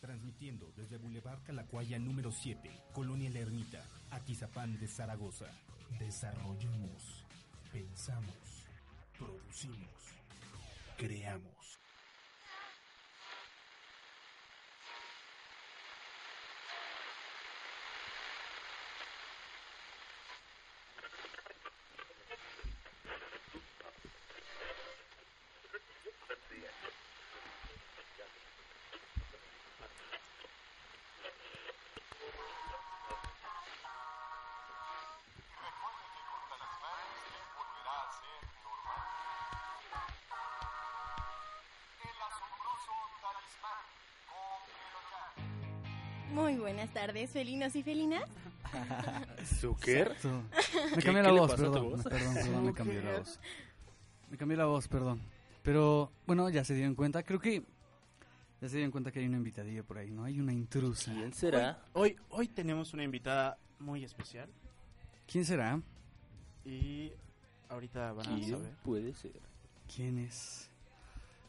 transmitiendo desde Boulevard Calacuaya número 7, Colonia La Ermita, Atizapán de Zaragoza. Desarrollamos, pensamos, producimos, creamos. Muy buenas tardes, felinos y felinas. ¿Zucker? Exacto. Me cambié ¿Qué- qué la le voz, pasó a tu perdón. voz? Perdón, perdón, me cambié la Ok. voz. Me cambié la voz, perdón. Pero bueno, ya se dieron cuenta, creo que ya se dieron cuenta que hay una invitadilla por ahí, ¿no? Hay una intrusa. ¿Quién será? Hoy, hoy tenemos una invitada muy especial ¿Quién será? y ahorita van a ¿Quién saber. puede ser? ¿Quién es?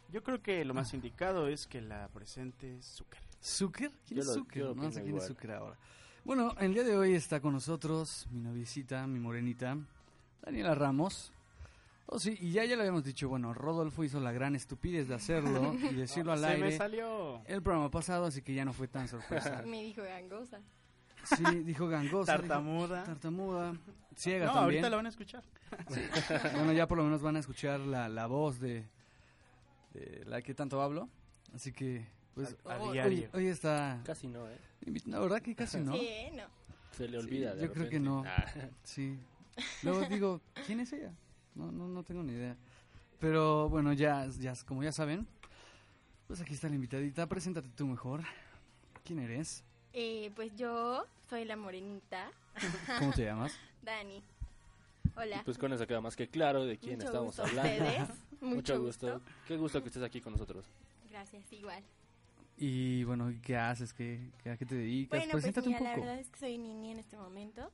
Yo creo que lo más indicado es que la presente Zucker. ¿Zucker? ¿Quién Yo es lo- Zucker? yo lo No sé opino quién es igual. Zucker ahora. Bueno, el día de hoy está con nosotros mi noviecita, mi morenita, Daniela Ramos. Oh, sí, y ya, ya lo habíamos dicho, bueno, Rodolfo hizo la gran estupidez de hacerlo y decirlo al Se me aire salió. el programa pasado, así que ya no fue tan sorpresa. Me dijo gangosa. Sí, dijo gangosa. dijo- Tartamuda. Tartamuda, ciega No, también. ahorita la van a escuchar. Bueno, ya por lo menos van a escuchar la, la voz de, de la que tanto hablo. Así que, pues, A- a hoy, diario. hoy está... Casi no, ¿eh? La verdad que casi no. Sí, ¿eh? no. Se le Sí, olvida. de yo creo que repente. no. Ah, Sí. Luego digo, ¿quién es ella? No, no, no tengo ni idea. Pero bueno, ya, ya, como ya saben, pues aquí está la invitadita. Preséntate tú mejor. ¿Quién eres? Eh, pues yo soy la morenita, ¿Cómo te llamas? Dani. Hola. Pues con eso queda más que claro de quién Mucho estamos gusto a hablando. ustedes. Mucho, gusto. Qué gusto que estés aquí con nosotros. Gracias, igual. Y bueno, ¿y ¿qué haces? ¿Qué, qué- ¿A qué te dedicas? Bueno, pues Preséntate mira, un la poco. verdad es que soy niña en este momento.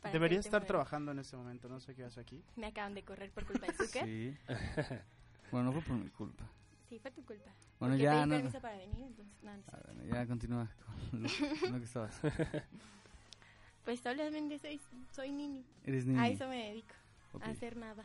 Para Debería serte estar morena. trabajando en este momento, no sé qué hace aquí. Me acaban de correr por culpa de Zucker. Sí, Sí. Bueno, no fue por mi culpa. fue tu culpa. Bueno, Porque ya pedí no. permiso para venir, entonces, no, no sé. Ah, bueno, ya continúa con lo, con lo que estabas. Pues solamente soy, soy nini. Eres niño. A eso me dedico, Ok. a hacer nada.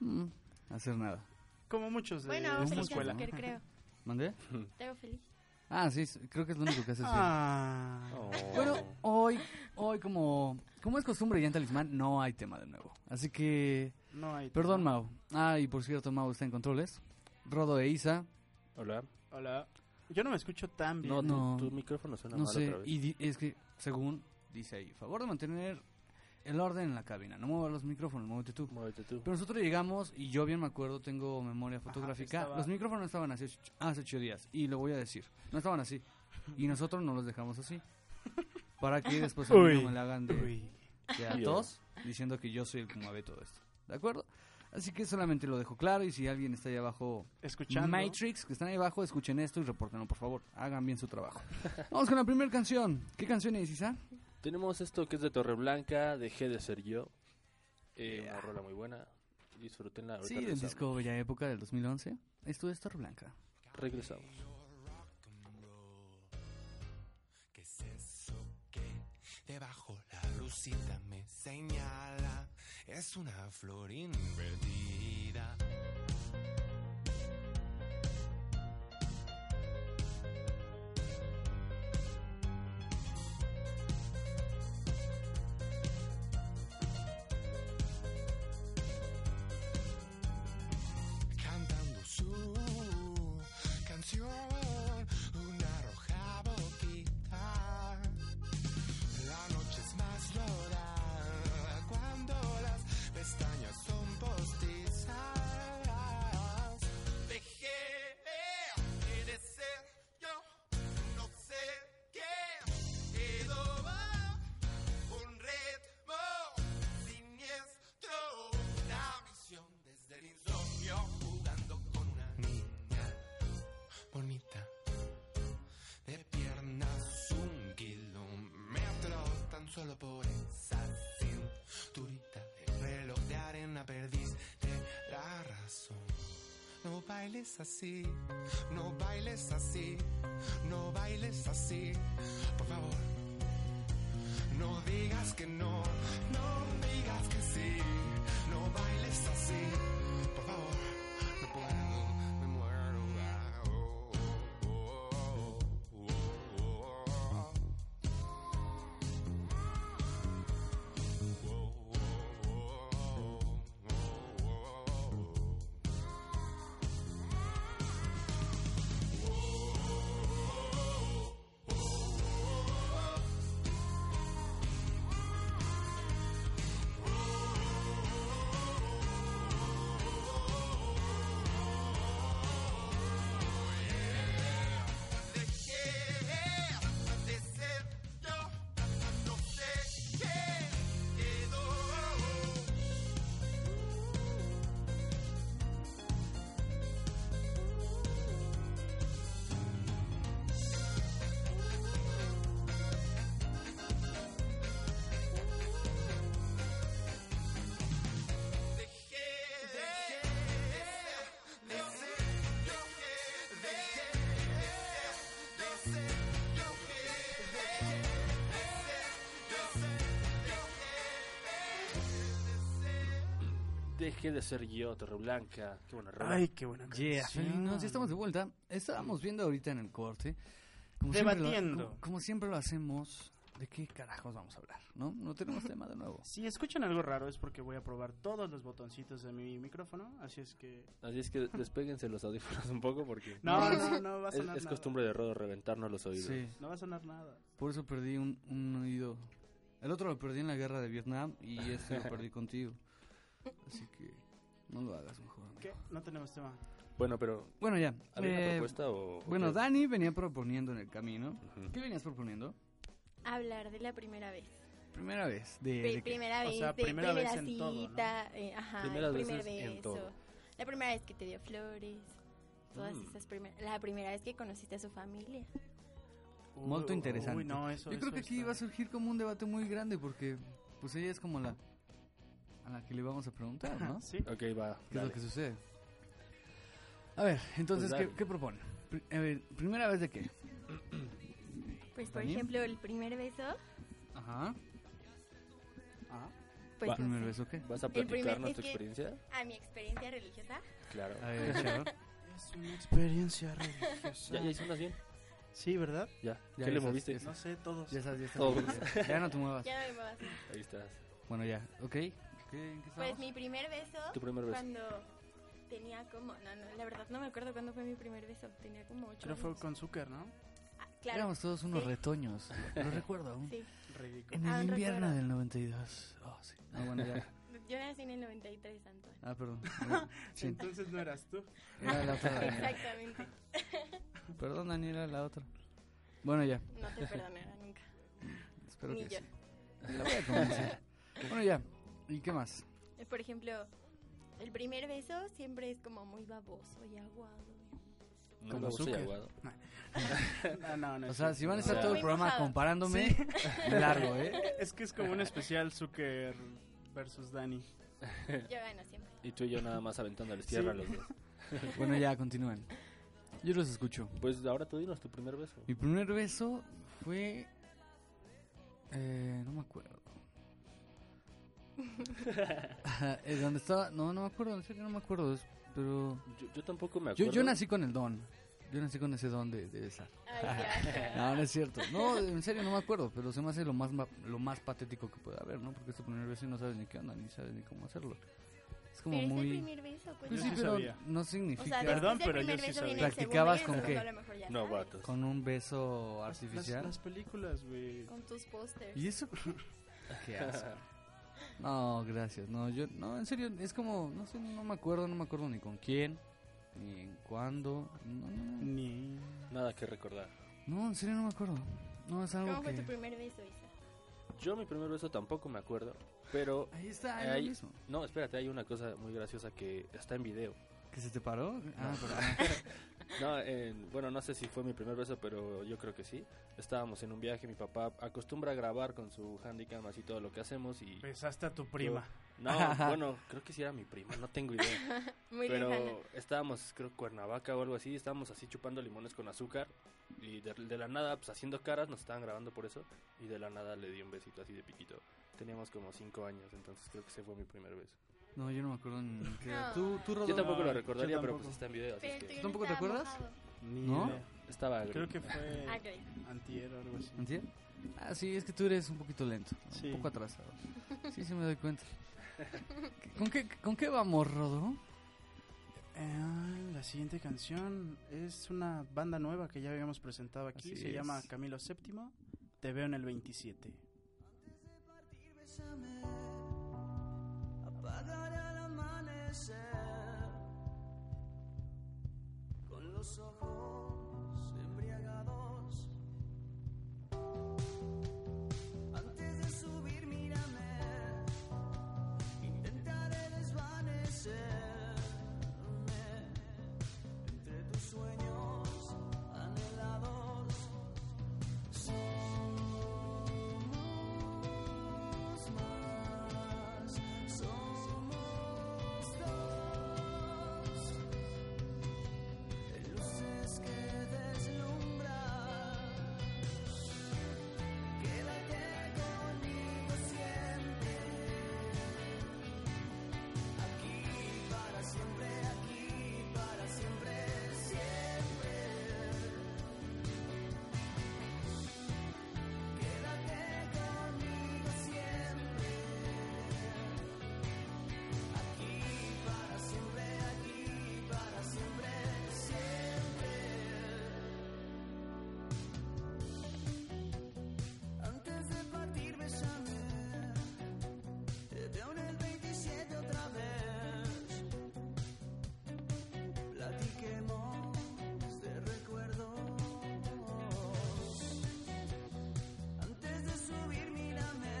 Mm, hacer nada. Como muchos de Bueno, esta feliz feliz escuela. Zucker, creo. ¿Mandé? Te hago feliz. Ah, sí, s- creo que es lo único que haces. bien. Ah, Oh. Bueno, hoy, hoy como, como es costumbre ya en Talismán, no hay tema de nuevo. Así que, no hay. perdón Mau. Ah, y por cierto, Mau está en controles. Rodo e Isa, Hola. Hola. Yo no me escucho tan bien. No, tu- No. Tu, micrófono suena no mal sé, otra vez. y di- es que, según dice ahí, favor de mantener el orden en la cabina. No muevas los micrófonos, muévete tú. Muévete tú. Pero nosotros llegamos, y yo bien me acuerdo, tengo memoria fotográfica. estaba- Los micrófonos estaban así ocho- ah, hace ocho días, y lo voy a decir, no estaban así. Y nosotros no los dejamos así. Para que después a mí Uy, no me la hagan de, Uy. de a Yo. todos, diciendo que yo soy el que mueve todo esto. ¿De acuerdo? Así que solamente lo dejo claro, y si alguien está ahí abajo, Escuchando. Matrix, que están ahí abajo, escuchen esto y repórtenlo, por favor. Hagan bien su trabajo. Vamos con la primera canción. ¿Qué canción es, Isa? Tenemos esto que es de Torreblanca, Dejé de ser yo. Eh, Una rola muy buena. Disfrútenla. ahorita Sí, del regresamos. disco Bella Época del 2011. Esto es Torre Blanca. Regresamos. ¿Qué es eso que debajo la lucita me señala? Es una flor invertida. cantando su canción, una roja boquita. La noche es más llorar cuando las pestañas son postizas. bailes así, no bailes así, no bailes así, por favor. No digas que no, no digas que sí, no bailes así, por favor. No puedo, me muero. ah, oh, oh, oh, oh, oh, oh. Dejé de ser yo, Torreblanca. Qué buena rola. Ay, qué buena Yeah, canción. felinos, ya estamos de vuelta. Estábamos viendo ahorita en el corte. Como siempre lo- Debatiendo. como, como siempre lo hacemos, ¿de qué carajos vamos a hablar? ¿No? No tenemos tema de nuevo. Si escuchan algo raro es porque voy a probar todos los botoncitos de mi micrófono, así es que... Así es que despéguense los audífonos un poco porque No, no, no va a es, sonar es nada. costumbre de Rodo reventarnos los oídos. Sí, No va a sonar nada. por eso perdí un, un oído. El otro lo perdí en la guerra de Vietnam y este lo perdí contigo. Así que no lo hagas mejor. amigo. ¿Qué? No tenemos tema. Bueno, pero Bueno, ya. ¿alguna eh, propuesta o...? o bueno, qué? Dani venía proponiendo en el camino. Ujú. ¿Qué venías proponiendo? Hablar de la primera vez. Primera vez. De, Pri- de que- primera o vez, sea, de primera primera, vez en cita, todo, eh, ajá, Primeras el primer veces en beso, todo. la primera vez que te dio flores, todas Mm. esas primeras, la primera vez que conociste a su familia. Uy, Molto uy, interesante. Uy, no, eso, Yo creo que aquí va a surgir como un debate muy grande porque pues ella es como la a la que le vamos a preguntar, ¿no? Sí. Ok, va. ¿Qué es dale. lo que sucede? A ver, entonces, Pues ¿qué, dale. ¿qué propone? Pri- a ver, ¿Primera vez de qué? Pues por ¿También? ejemplo el primer beso, Ajá. Ah, pues Va. no ¿Primer sé. beso qué? ¿Vas a El primer- platicarnos es tu que- experiencia? a mi experiencia religiosa, Claro. A ver, Chava, Es una experiencia religiosa. ¿Ya, ya hicimos bien? Sí, ¿verdad? Ya. Ya, ¿Qué ya le estás, moviste? ya estás. No sé, todos. Ya estás, ya estás. Todos. Ya, ya no te muevas. ya no me muevas. Ahí estás. Bueno, ya, ok. ¿Qué, ¿En qué Pues mi primer beso, Tu primer beso. cuando tenía como, no, no, la verdad no me acuerdo cuándo fue mi primer beso, tenía como ocho Creo fue años. con Zucker, ¿no? Ah, claro, Éramos todos unos Sí. retoños, lo recuerdo aún. sí, Ridículo. En el Aún invierno recuerdo. del 92. Oh, sí. Ah, bueno, ya. yo nací en el 93, Antoine. Ah, perdón. Sí, Entonces no eras tú. era la otra Daniela. Exactamente, Perdón, Daniela, la otra. Bueno, ya. no te perdonará nunca, Espero ni que yo. sí. La voy a convencer. bueno, ya. ¿Y qué más? Eh, Por ejemplo, el primer beso siempre es como muy baboso y aguado. No Como lo soy azúcar. aguado. No, no, no. O es cierto. sea, si van a estar No. todo el Muy programa mojada. comparándome, largo, ¿eh? Es que es como un especial Zucker versus Dani. Yo gano siempre. Y tú y yo nada más aventándoles tierra a los dos. Bueno, ya, continúen. Yo los escucho. Pues ahora tú dinos tu primer beso. Mi primer beso fue... Eh, no me acuerdo. Ajá, eh, ¿Dónde estaba? No, no me acuerdo, en serio no me acuerdo. es- Pero... Yo, yo tampoco me Yo, acuerdo. yo nací con el don. Yo nací con ese don de, de besar. Ay, ya. No, no es cierto. No, en serio, no me acuerdo, pero se me hace lo más ma- lo más patético que puede haber, ¿no? Porque es tu primer beso y no sabes ni qué onda, ni sabes ni cómo hacerlo. Es como Pero es el muy... primer beso. Pues, Pues sí, Yo sí pero sabía. no O significa... sea, Perdón, después del pero yo primer sí beso sabía. viene el segundo ¿Practicabas y el con segundo qué? a lo mejor ya sabes. Novatos. Con un beso Las, artificial. las películas, güey. Con tus pósters. ¿Y eso qué? Qué asco. No, gracias. No, yo... No, en serio, es como... No sé, no me acuerdo, no me acuerdo ni con quién, ni en cuándo. No, no, no. Ni... Nada que recordar. No, en serio no me acuerdo. No, es algo ¿Cómo fue que... tu primer beso, Isa? Yo mi primer beso tampoco me acuerdo, pero... Ahí está, ahí Ahí- lo mismo. No, espérate, hay una cosa muy graciosa que está en video. ¿Que se te paró? Ah, No. perdón. No, en- bueno, no sé si fue mi primer beso, pero yo creo que sí. Estábamos en un viaje, mi papá acostumbra a grabar con su handicam así todo lo que hacemos y... Besaste a tu prima. No, bueno, creo que sí era mi prima, no tengo idea. Muy lejana. Pero estábamos, creo, Cuernavaca o algo así, estábamos así chupando limones con azúcar y de, de la nada, pues haciendo caras, nos estaban grabando por eso y de la nada le di un besito así de piquito. Teníamos como cinco años, entonces creo que ese fue mi primer beso. No, yo no me acuerdo ni qué edad. No. ¿Tú, tú Rodo? Yo tampoco yo lo recordaría, pero tampoco. pues está en video, así Pero el es que tuyo ¿Tampoco te estaba acuerdas? mojado. Ni ¿No? idea. estaba... Creo agrio. que fue Ah, ok. antier o algo así. ¿Antier? Ah, sí, es que tú eres un poquito lento, Sí. un poco atrasado. Sí, sí me doy cuenta. ¿Con qué, con qué vamos, Rodo? Eh, la siguiente canción es una banda nueva que ya habíamos presentado aquí. Así se es. llama Camilo VII. Te veo en el 27. Bésame, apagaré al amanecer con los ojos embriagados. Antes de subir, mírame, intentaré desvanecerme entre tus sueños anhelados. Somos más, somos dos de luces que deslumbran. Quédate conmigo siempre, aquí para siempre, aquí para siempre, siempre. Quédate conmigo siempre, aquí para siempre, aquí para siempre, siempre. Antes de partir besame, te veo en el 27 otra vez. Platiquemos de recuerdos. Antes de subir, mírame.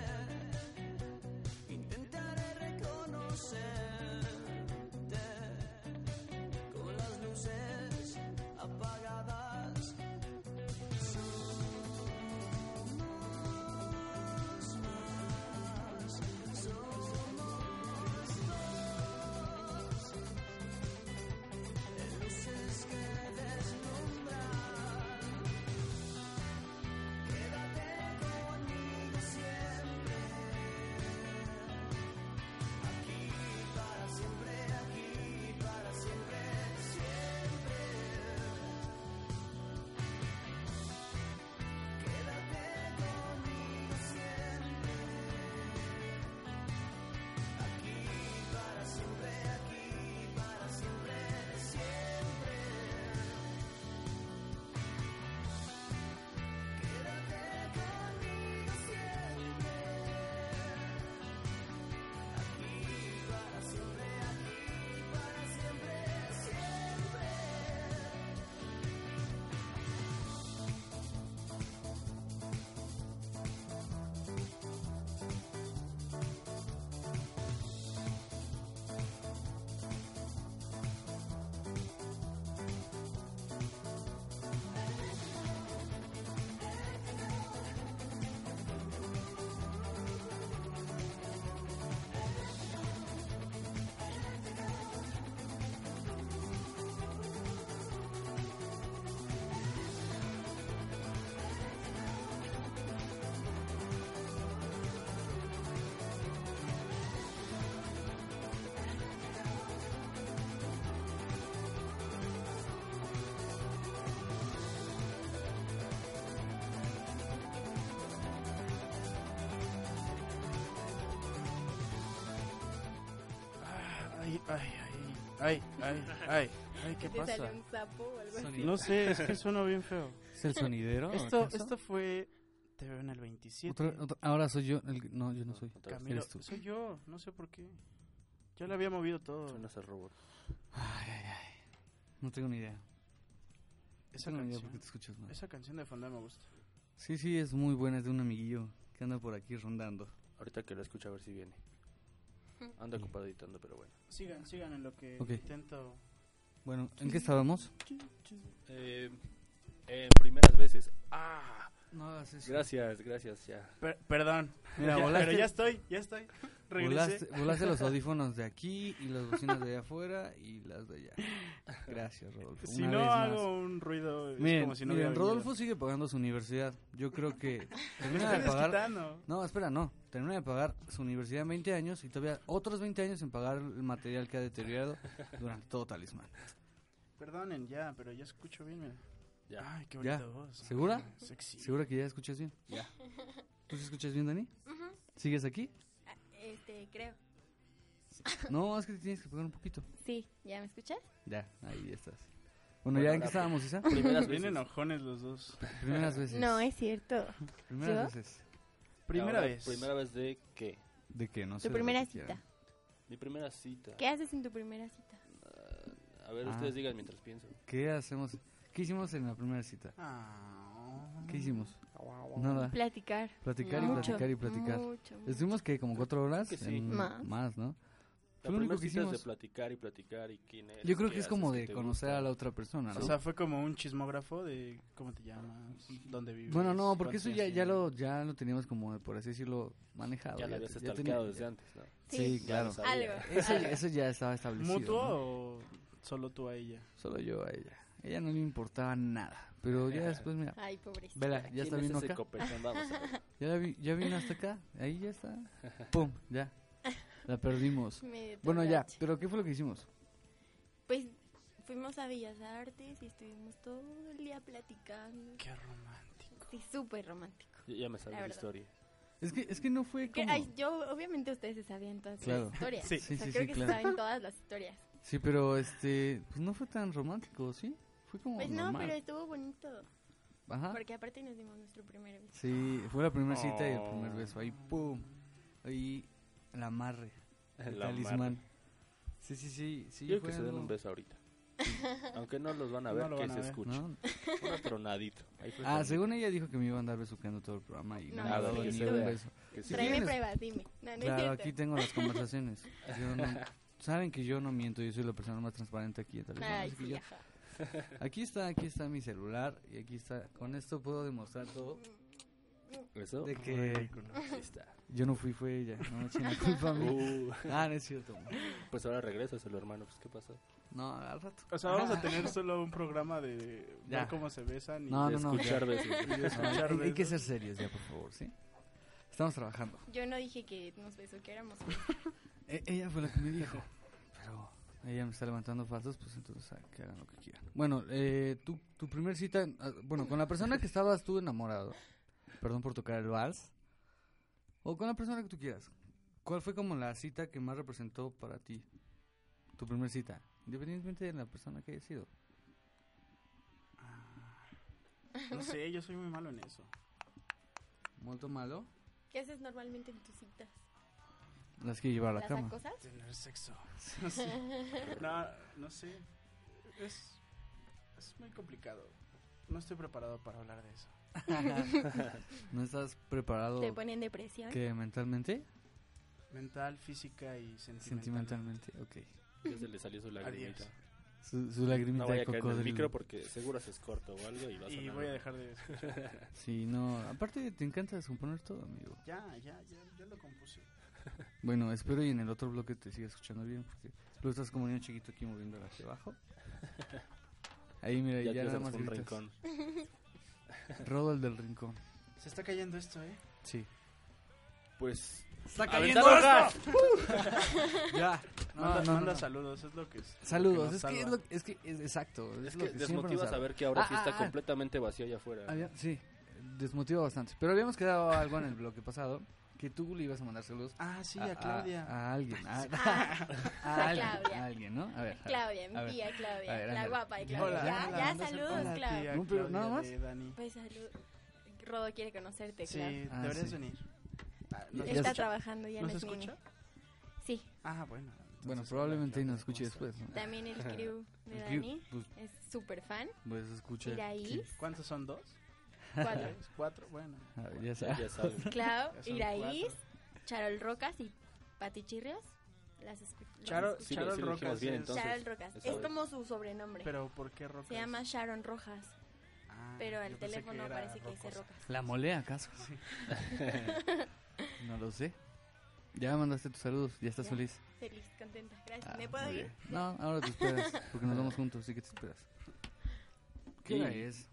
Intentaré reconocerte con las luces apagadas. Somos más, somos dos. De luces que deslumbran. Quédate conmigo siempre, aquí para siempre, aquí para siempre, siempre. Quédate conmigo siempre, aquí para siempre, aquí para siempre, siempre. Quédate conmigo siempre, aquí para siempre, aquí para siempre, siempre. Ay, ay, ay, ay, ay, ay, ay, ¿qué ¿Te pasa? salió un sapo o algo así? Sonido. No sé, es que suena bien feo. ¿Es el sonidero? Esto, acaso? esto fue Te veo en el 27. Otra- otra- ahora soy yo. el- no, yo no soy. Otra vez. Camilo, Eres tú. soy yo, no sé por qué. Yo le había movido todo. Suena ese robot. Ay, ay, ay. No tengo ni idea. Esa no tengo ni idea por qué canción, te escuchas mal. esa canción de fondo me gusta. Sí, sí, es muy buena. Es de un amiguillo que anda por aquí rondando. Ahorita que lo escucho a ver si viene. Ando ocupado editando, pero bueno. Sigan, sigan en lo que Ok. intento. Bueno, ¿en qué estábamos? Eh, hagas eso. Ah, Gracias, gracias, ya. Per- perdón. Mira, Ya, volaste, pero ya estoy, ya estoy. Regresé. volaste- volaste los audífonos de aquí y las bocinas de allá afuera y las de allá. Gracias, Rodolfo. Si Una no vez más. hago un ruido, es Miren, como si no miren, hubiera Rodolfo sigue pagando su universidad. Yo creo que venido. termina de Estás pagar. quitando. No, espera, no. Termina de pagar su universidad en 20 años y todavía otros 20 años en pagar el material que ha deteriorado durante todo Talismán. Perdonen, ya, pero ya escucho bien, mira. Ya. Ay, qué bonita Ya. voz. ¿Segura? Sexy. ¿Segura que ya escuchas bien? Ya. ¿Tú sí escuchas bien, Dani? ¿Sigues aquí? Ah, Este, creo. No, es que te tienes que pagar un poquito. Sí, ¿ya me escuchas? Ya, ahí estás. Bueno, Bueno, ¿ya en la- qué estábamos, Isa? Primeras Bien veces. enojones los dos. Primeras veces. No, es cierto. Primeras ¿yo? veces. Primera Ahora, vez. Primera vez de qué? ¿De qué? No Tu sé. de lo primera que quieran. cita. Mi primera cita. ¿Qué haces en tu primera cita? A ver, Ah. ustedes digan mientras pienso. ¿Qué hacemos? ¿Qué hicimos en la primera cita? Ah. ¿Qué hicimos? Nada. Platicar. Ah. Platicar y Mucho, platicar y platicar. Mucho, mucho. Estuvimos que como cuatro horas. que sí. en- Más. Más, ¿no? La Fue lo único primera que cita es de hicimos. platicar y platicar y quién eres, Yo creo qué que es haces, como qué de te conocer gusta. a la otra persona, ¿no? O sea, fue como un chismógrafo de cómo te llamas, dónde vives. bueno, no, porque cuántos eso ya, años ya tienes. lo ya lo teníamos como, por así decirlo, manejado. Ya la habías te- ya tenía- estalqueado desde antes, ¿no? Sí, Sí, Ya claro. lo sabía. Algo. Eso, algo. eso ya estaba establecido. ¿Mutuo ¿no? o solo tú a ella? Solo yo a ella. Ella no le importaba nada. Pero ya después, mira, Ay, pobrecita. vela, ya ¿Quién está es vino ese acá. copetón? Vamos a ver. Ya, la vi- ya vino hasta acá. Ahí ya está. Pum, ya. La perdimos. Medio Bueno, ya. toloache. ¿Pero qué fue lo que hicimos? Pues fuimos a Bellas Artes y estuvimos todo el día platicando. Qué romántico. Sí, súper romántico. Yo ya me sabes La la verdad. historia. Es que, es que no fue Que- como... ay, yo, obviamente ustedes se sabían todas Claro. las historias. Sí. O sea, Sí, sí, creo sí, que claro. se saben todas las historias. Sí, pero este... Pues no fue tan romántico, ¿sí? Fue como Pues no, normal. Ah. pero estuvo bonito. Ajá. Porque aparte nos dimos nuestro primer beso. Sí, fue la primera cita y el primer Oh. beso. Ahí, pum. Ahí, el amarre. El La talismán. mar- Sí, sí, sí. sí Yo creo que fue se den algo- un beso ahorita. Aunque no los van a No ver, lo que van a se ver. escuche. ¿No? Un atronadito. Ahí fue Ah, cuando- según ella dijo que me iba a andar besuqueando todo el programa y no, No, me ha dado sí, ni sí, un sí. beso. Ah, que sí. Tráeme quieres- pruebas, dime. No, no Claro, es aquí cierto. tengo las conversaciones. Yo no- saben que yo no miento, yo soy la persona más transparente aquí. en Talismán, Ay, así que sí, yo- ajá. aquí está, aquí está mi celular y aquí está. Con esto puedo demostrar todo Eso. de que Ahí está. yo no fui, fue ella. No me echen la culpa a mí. Uh, Ah, no es cierto. amor. pues ahora regresaselo, hermano. Pues, ¿qué pasó? No, al rato. O sea, vamos a tener solo un programa de Ya. ver cómo se besan y No, De no, no, ya. escuchar besos. No, escuchar hay, hay que besos. ser serios ya, por favor, ¿sí? Estamos trabajando. Yo no dije que nos besó, que éramos. E- ella fue la que me dijo. Pero ella me está levantando falsos, pues entonces ah, que hagan lo que quieran. Bueno, eh, tu, tu primer cita, ah, bueno, con la persona que estabas tú enamorado, perdón por tocar el vals, o con la persona que tú quieras, ¿cuál fue como la cita que más representó para ti? Tu primer cita, independientemente de la persona que haya sido. No sé, yo soy muy malo en eso. ¿Molto malo? ¿Qué haces normalmente en tus citas? Las que llevar a la ¿Las cama. acosas? Tener sexo. No sé. no, no sé. Es, es muy complicado. No estoy preparado para hablar de eso. ¿No estás preparado ¿Te ponen depresión? que mentalmente? Mental, física y sentimental. Sentimentalmente, ok. Ya se le salió su lagrimita. Adiós. Su, su lagrimita No vaya de a caer en el cocodrilo. micro porque seguro haces corto o algo y vas Y voy a dejar de escuchar. Sí, no, aparte te encanta descomponer todo, amigo. Ya, ya, ya, ya lo compuse. Bueno, espero y en el otro bloque te siga escuchando bien, porque tú estás como niño chiquito aquí moviendo hacia abajo. Ahí, mira, ya, Ya, ya nada tenemos más un gritas. rincón. Rodo el del rincón. Se está cayendo esto, ¿eh? Sí. Pues. ¡Está ¡Aventando ya. No, manda no, no, manda no. saludos, es lo que es. Saludos. lo Es que es, nos lo, es que es exacto. Pues Es, Es lo que que siempre desmotiva nos saber que ahora sí Ah, está ah, ah. completamente vacío allá afuera. Había- sí, desmotiva bastante. Pero habíamos quedado algo en el bloque pasado, que tú le ibas a mandar saludos. salva. Ah, sí, a- a, a- Claudia. A, alguien. A, a a alguien, Claudia. a alguien, ¿no? A ver. a ver. Claudia, A mi ver. tía Claudia, A ver, la ándale. guapa de Claudia. Hola, ya, hola, ya, manda saludos, hola, Claudia. tía No, pero Claudia nada más. de Dani. Pues salud. Rodo quiere conocerte, Sí, claro. Ah, deberías sí. venir. Ah, Ya- ¿nos ya Está escucha? trabajando ya ¿Nos no es escucha? niño. Sí, Ah, bueno. Bueno, entonces, probablemente hola, nos escuche Claudia, ¿cómo después. ¿no? también el crew de Porque, Dani Pues, es súper fan. pues escucha. sí. Iraís, estás? ¿Cuántos son? ¿Dos? cuatro. ¿Tres? ¿Cuatro? Bueno. A ver, ya Ya, sabes. ya sabes. Clau, ya son Iraís, cuatro. Charol Rocas y Pati Chirrios. Las escu- las Charo, escucho. sí Charo lo- sí lo dijimos Rocas bien, es- entonces. Charol Rocas. esa Es es. como su sobrenombre. Pero ¿por qué Rocas? Se llama Sharon Rojas. Ah, Ah, Pero el yo pensé teléfono era parece que dice rocosa. rocas. ¿La molé acaso? no lo sé. Ya mandaste tus saludos, ya estás Ya. feliz. Feliz, contenta. Gracias. Ah, ¿Me puedo muy ir? bien. No, ahora te esperas, porque nos vamos juntos, sí que te esperas. ¿Qué Y- hora es?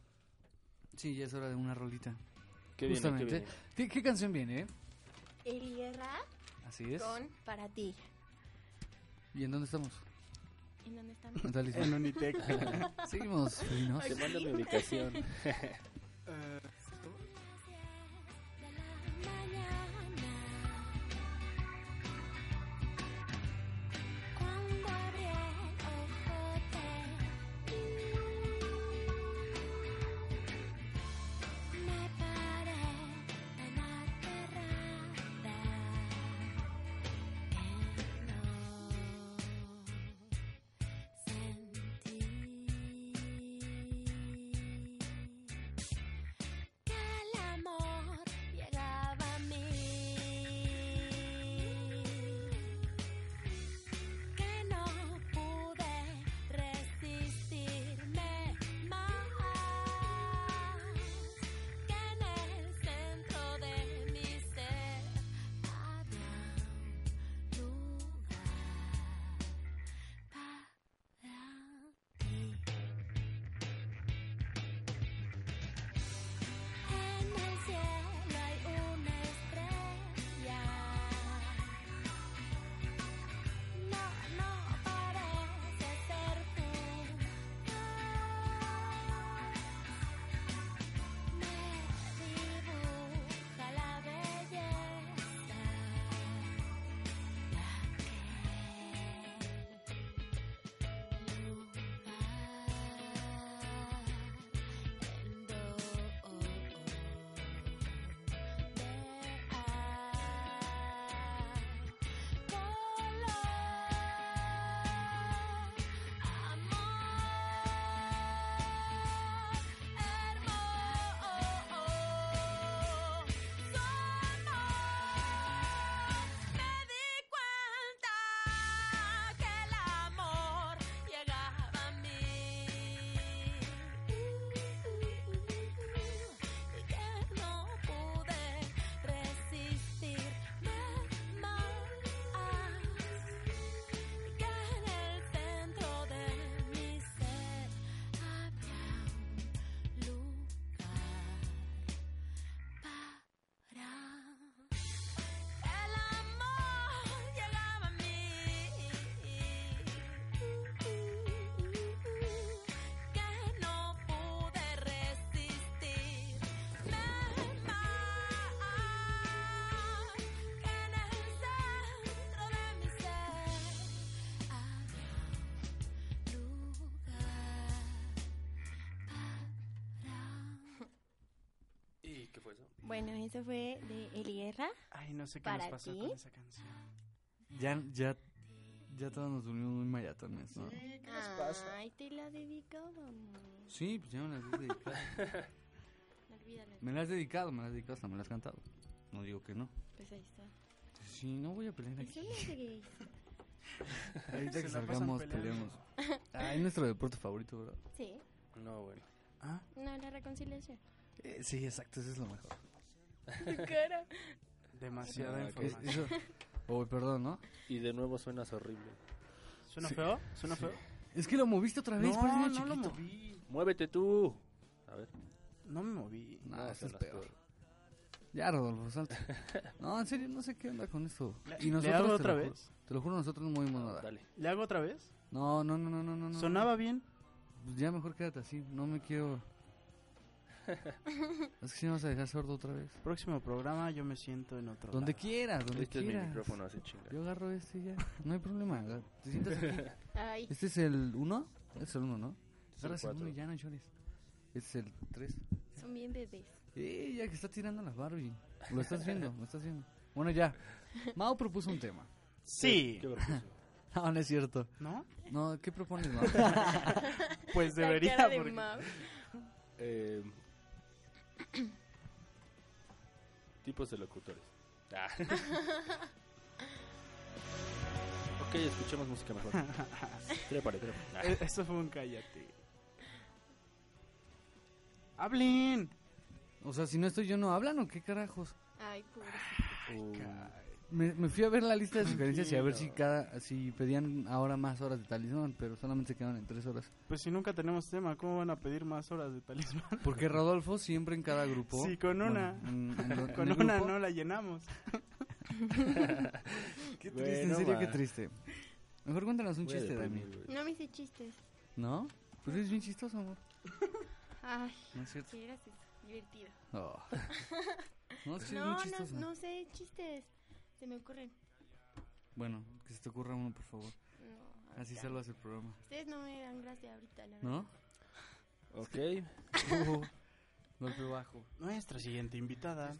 Sí, ya es hora de una rolita. Qué bien, qué Justamente. bien. ¿Qué, qué canción viene, eh? El Guerra Así es. con Para ti. ¿Y en dónde estamos? ¿En dónde estamos? En Talismán. En Unitec. Seguimos, felinos. Te mando mi ubicación. Eh, Cuando abrí el ojo te vi. Me paré tan aterrada que no sentí que el amor llegaba a mí. Que no pude resistirme más. Que en el centro de mi ser había un lugar para ti. En el cielo hay una estrella. No, no parece ser tú. Me dibuja la belleza de aquel lugar. Me di cuenta que el amor llegaba a mí y que no pude resistirme más. Que en el centro de mi ser había un lugar para. El amor llegaba a mí, que no pude resistirme más, que en el centro de mi ser había un lugar para ¿Y qué fue eso? Bueno, eso fue de El Guerra. Ay, no sé qué ¿Para nos pasó ti? con esa canción. Ya, ya, ya todos nos dormimos muy mayatones, ¿no? ¿Qué Ay, te la dedicaban. Sí, pues ya me las has dedicado. No olvídalo. Me las has dedicado, me las has dedicado, hasta me las has cantado. No digo que no. Pues ahí está. Sí, no voy a pelear aquí. Eso no sé qué es. Ahorita Se que la pasan salgamos, peleamos. peleando. Ah, es nuestro deporte favorito, ¿verdad? Sí. No, bueno. Ah, No, la reconciliación. eh, sí, exacto, eso es lo mejor. Tu cara. Demasiada Ah, Es- información. eso- Oh, perdón, ¿no? Y de nuevo suenas horrible. ¿Suena feo? ¿Suena feo? Es que lo moviste otra vez, parece no, no niño lo chiquito. moví. ¡Muévete tú! A ver. No me moví. No, Ah, eso es suenas peor. Ya, Rodolfo, salta. No, en serio, no sé qué onda con esto. Le- Y ¿le nosotros, hago te otra lo ju- vez? Te lo juro, nosotros no movimos nada. Dale. ¿Le hago otra vez? No, no, no, no, no, no. no. ¿Sonaba bien? Pues ya mejor quédate así, no me quiero... es que si me vas a dejar sordo otra vez. Próximo programa yo me siento en otro Donde lado. quieras, donde Este es mi quieras. micrófono, hace chinga. Yo agarro este y ya, no hay problema. ¿Te sientas aquí? Ay. Este es el 1, es el 1, ¿no? Este Es el Agarras el 1 cuatro. y ya no llores. Este es el 3. Son bien bebés. Eh, ya que está tirando la Barbie. Lo estás viendo, lo estás viendo. Bueno, ya. Mao propuso un tema. Sí. ¿Qué propuso? No, no es cierto. ¿No? No, ¿qué propones, Mao? Pues La debería cara de porque- Mau. Eh, tipos de locutores. Ah. ok, escuchemos música mejor. E, Trépale, trépale. Eh, Eso fue un cállate. ¡Hablen! O sea, si no estoy yo, ¿no hablan o qué carajos? Ay, pobre. Ah, Me, me fui a ver la lista Ah, de sugerencias y a ver si cada si pedían ahora más horas de talismán, pero solamente se quedaron en tres horas. Pues si nunca tenemos tema, ¿cómo van a pedir más horas de talismán? Porque Rodolfo siempre en cada grupo... Sí, con una. en- en lo- en Con el una grupo- no la llenamos. Qué triste, en serio, qué triste. Mejor cuéntanos un chiste, Dani. No me hice chistes. ¿No? Pues es bien chistoso, amor. Ay, No es cierto. sí, gracias. Divertido. Oh. No, sí, es No, bien no, chistoso. no sé chistes. Se me ocurren. Bueno, que se te ocurra uno, por favor. No, Así ahorita. salvas el programa. Ustedes no me dan gracia ahorita, la verdad. ¿No? Ok. Uh, golpe bajo. Nuestra siguiente Ah, invitada.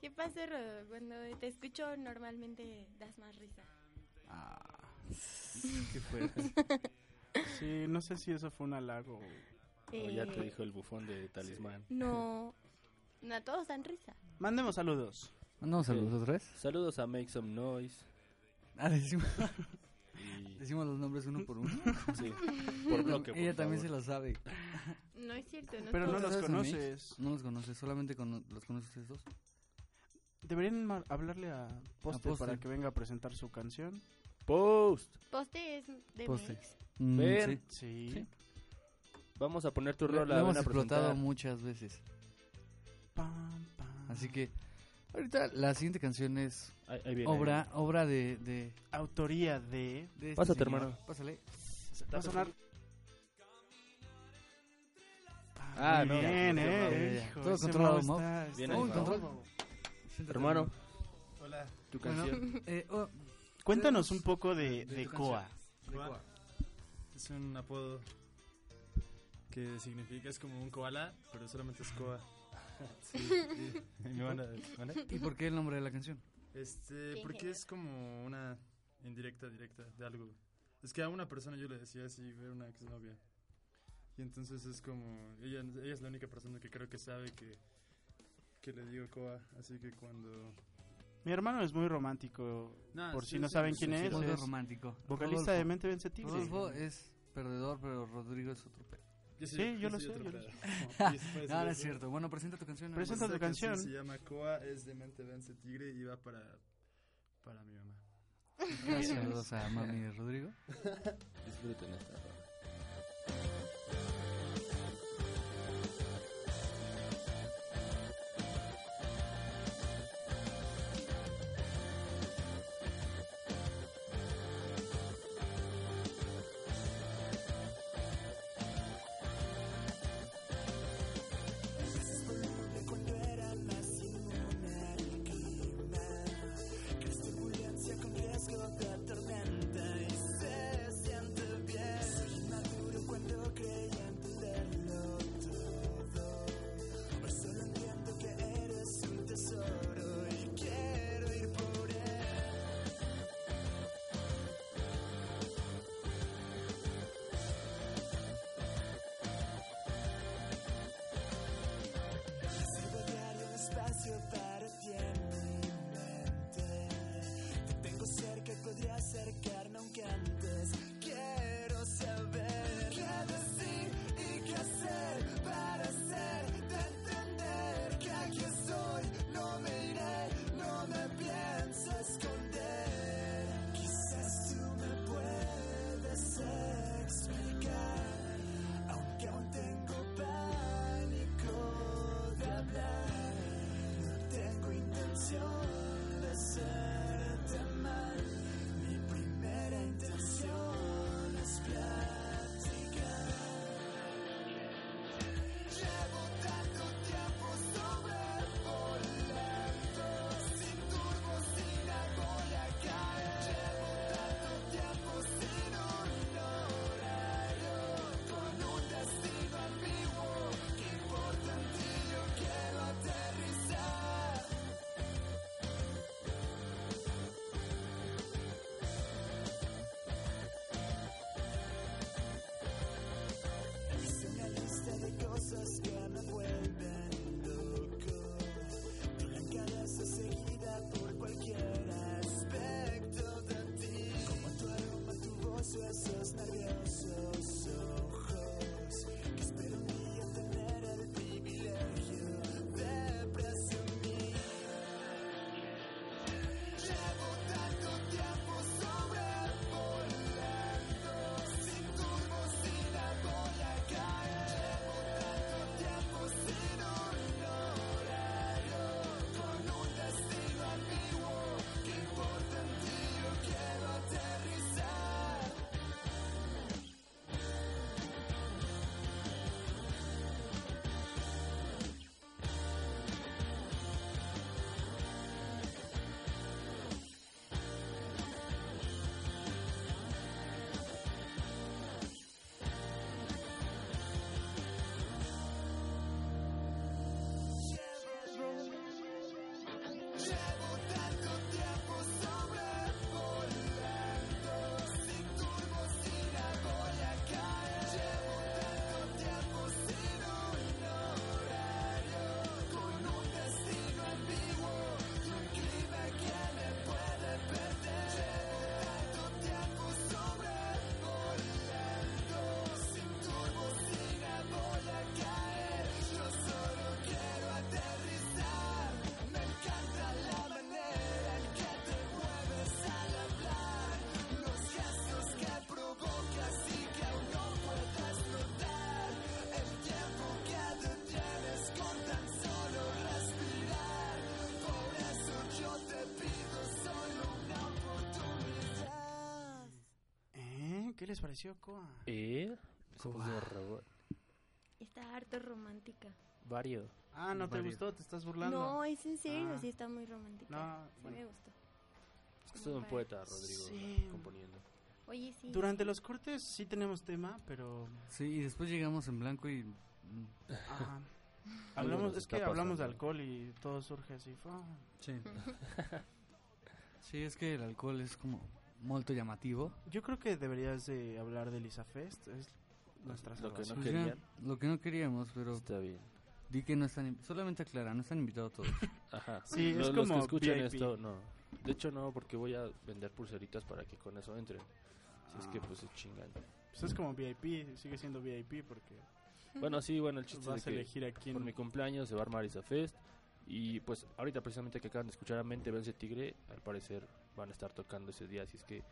¿Qué pasa, Rodo? Cuando te escucho normalmente das más risa. Ah, qué fuerte. Sí, no sé si eso fue un halago. O Oh, ya te Eh, dijo el bufón de talismán. No, no a todos dan risa. Mandemos saludos. Mandamos saludos otra vez. Saludos a Make Some Noise. Ah, decimos, Y... decimos los nombres uno por uno. Sí, por bloque, por Ella también se favor. lo sabe. No es cierto, no Pero no todos. los ¿Sabes a mí? conoces. No los conoce, solamente cono- los conoce ustedes dos. Deberían mar- hablarle a Poste, Poste. para que venga a presentar su canción. Post. Poste es de Poste. mix. Mm, Ven. sí. Sí. Sí. Vamos a poner tu Lo, rola. lo ven hemos a explotado presentar. muchas veces. Pam, pam. Así que ahorita la siguiente canción es Ahí, ahí viene, ahí obra viene. obra de, de, Autoría de... de este Pásate, señor. hermano. Pásale. Va a sonar... Ah, Muy no, ya, Bien, ya, ya, eh. ya. hijo, Todo ese controlado, Mau Mau. está- está- Bien Uy, ahí, Bueno, control. Siéntate, Hermano, Hola. tu Bueno, canción. eh, oh, Cuéntanos un poco de, De de tu Coa. Coa. Es un apodo que significa es como un koala, pero solamente es Coa. Sí, y- y me van a- ¿vale? ¿Y por qué el nombre de la canción? Este, Qué porque es como una indirecta directa de algo. Es que a una persona yo le decía así, era una exnovia. Y entonces es como, ella, ella es la única persona que creo que sabe que, que le digo Coa, así que cuando... Mi hermano es muy romántico. Nah, Por sí, si no sí, saben sí, quién sí, es, sí. Volve romántico. Vocalista de Mente Vence Tigre. Rodolfo es perdedor, pero Rodrigo es otro pedo. Yo Sí, yo lo soy sé, otro yo lo pedo. no, Y se puede no decir es eso. cierto. Bueno, presenta tu canción. hermano. Presenta- Esta tu canción. Se llama Coa, es de Mente Vence Tigre y va para, para mi mamá. Gracias saludos a mami y Rodrigo. Disfruten esta rola. Ambulancia con riesgo de tormenta y se siente bien. Eh, les pareció Coa? ¿Eh? Se puso robot. Está harto romántica. Vario. Ah, ¿no te Varios. gustó? ¿Te estás burlando? No, es en serio, Ah. sí está muy romántica. No, sí bueno. me gustó. Es que es todo un Vario. poeta, Rodrigo, Sí. componiendo. Oye, sí. Durante los cortes sí tenemos tema, pero... Sí, y después llegamos en blanco y. mm, ajá. Algo hablamos, nos es está que hablamos de pasando. alcohol y todo surge así. fa. Sí. sí, es que el alcohol es como molto llamativo. Yo creo que deberías de hablar de Lisa Fest. Es nuestra Lo que no salvación. Pues ya, querían. lo que no queríamos, pero Está bien. di que no están. inv- Solamente aclara, no están invitados todos. Ajá. Sí, Los, es los que como escuchan VIP. esto, no. De hecho, no, porque voy a vender pulseritas para que con eso entren. Si Ah. es que, pues, se chingan. Pues es como VIP, sigue siendo VIP porque Bueno, sí, bueno, el chiste es vas a de que elegir a quién. por mi cumpleaños se va a armar esa fest. Y pues ahorita precisamente que acaban de escuchar a Mente Vence Tigre, al parecer van a estar tocando ese día, así es que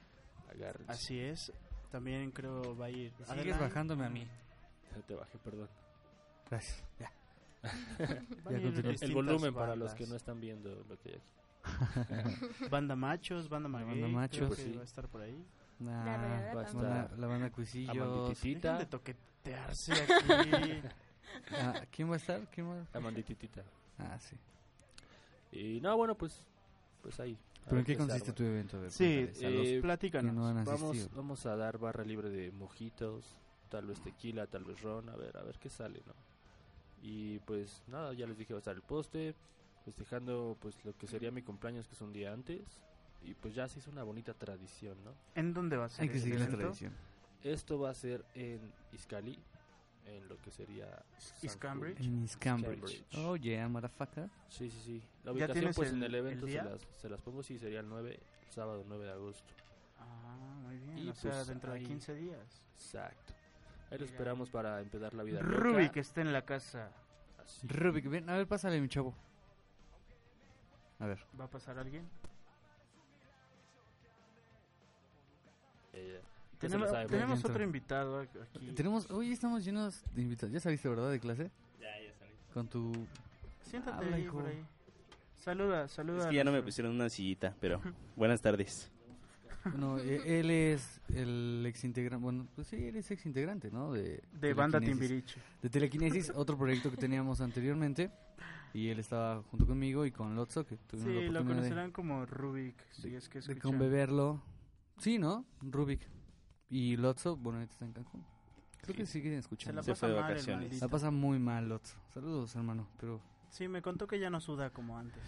agarren. Así es. También creo va a ir. Sigues Adelante. bajándome a mí. Te bajé, perdón. Gracias. Ya. Van a ir continúa. distintas El volumen para los bandas. que no están viendo lo que hay aquí. Banda machos, banda maguey. banda creo que Machos. Pues sí. va a estar por ahí. Nah, La verdadera va a la también. banda- estar la banda Cuisillos. Dejen de Amandititita. toquetearse aquí. Ah, ¿Quién va a estar? ¿Quién va? Amandititita. Ah, sí. Y no, bueno, pues, pues ahí. A ¿Pero ver en qué se consiste arma. tu evento? A ver, sí, cuéntales. a los Eh, platícanos. que no han asistido. Vamos, vamos a dar barra libre de mojitos, tal vez tequila, tal vez ron, a ver, a ver qué sale, ¿no? Y pues nada, ya les dije va a estar el poste, festejando pues lo que sería mi cumpleaños que es un día antes y pues ya se hizo una bonita tradición, ¿no? ¿En dónde va a ser? Hay que el seguir la evento? tradición. Esto va a ser en Iscali, en lo que sería San Iscambridge. Coolidge. En East Cambridge. Cambridge. Oh, yeah, motherfucker. Sí, sí, sí. La ¿Ya ubicación tienes pues el- en el el evento se día? las, se las pongo, sí, sería el 9, el sábado 9 de agosto. Ah, muy bien. Y o sea, pues dentro ahí- de 15 días. Exacto. Ahí lo esperamos para empezar la vida. loca. Ruby que está en la casa. Así. Rubik, ven, a ver, pásale, mi chavo. A ver. ¿Va a pasar alguien? Eh, ya se lo Tenemos, sabe, tenemos Dentro. otro invitado aquí. Tenemos, hoy estamos llenos de invitados. ¿Ya saliste, verdad, de clase? Ya, ya salí. Con tu... Siéntate Habla, ahí, hijo. por ahí. Saluda, saluda. Es a que ya no me nuestro- pusieron una sillita, pero buenas tardes. Bueno, eh, él es el exintegrante... Bueno, pues sí, él es exintegrante, ¿no? De, De banda Telequinesis. Timbiriche. De Telequinesis, otro proyecto que teníamos anteriormente. Y él estaba junto conmigo y con Lotso, que tuvimos Sí, lo la oportunidad de- conocerán como Rubik, si de- es que de, escuchan. conbeberlo. Sí, ¿no? Rubik. Y Lotso, bueno, ahorita está en Cancún. Creo que siguen Se la escuchando. Se pasa fue de mal el vacaciones. La maldito. pasa muy mal, Lotso. Saludos, hermano. Pero Sí, me contó que ya no suda como antes.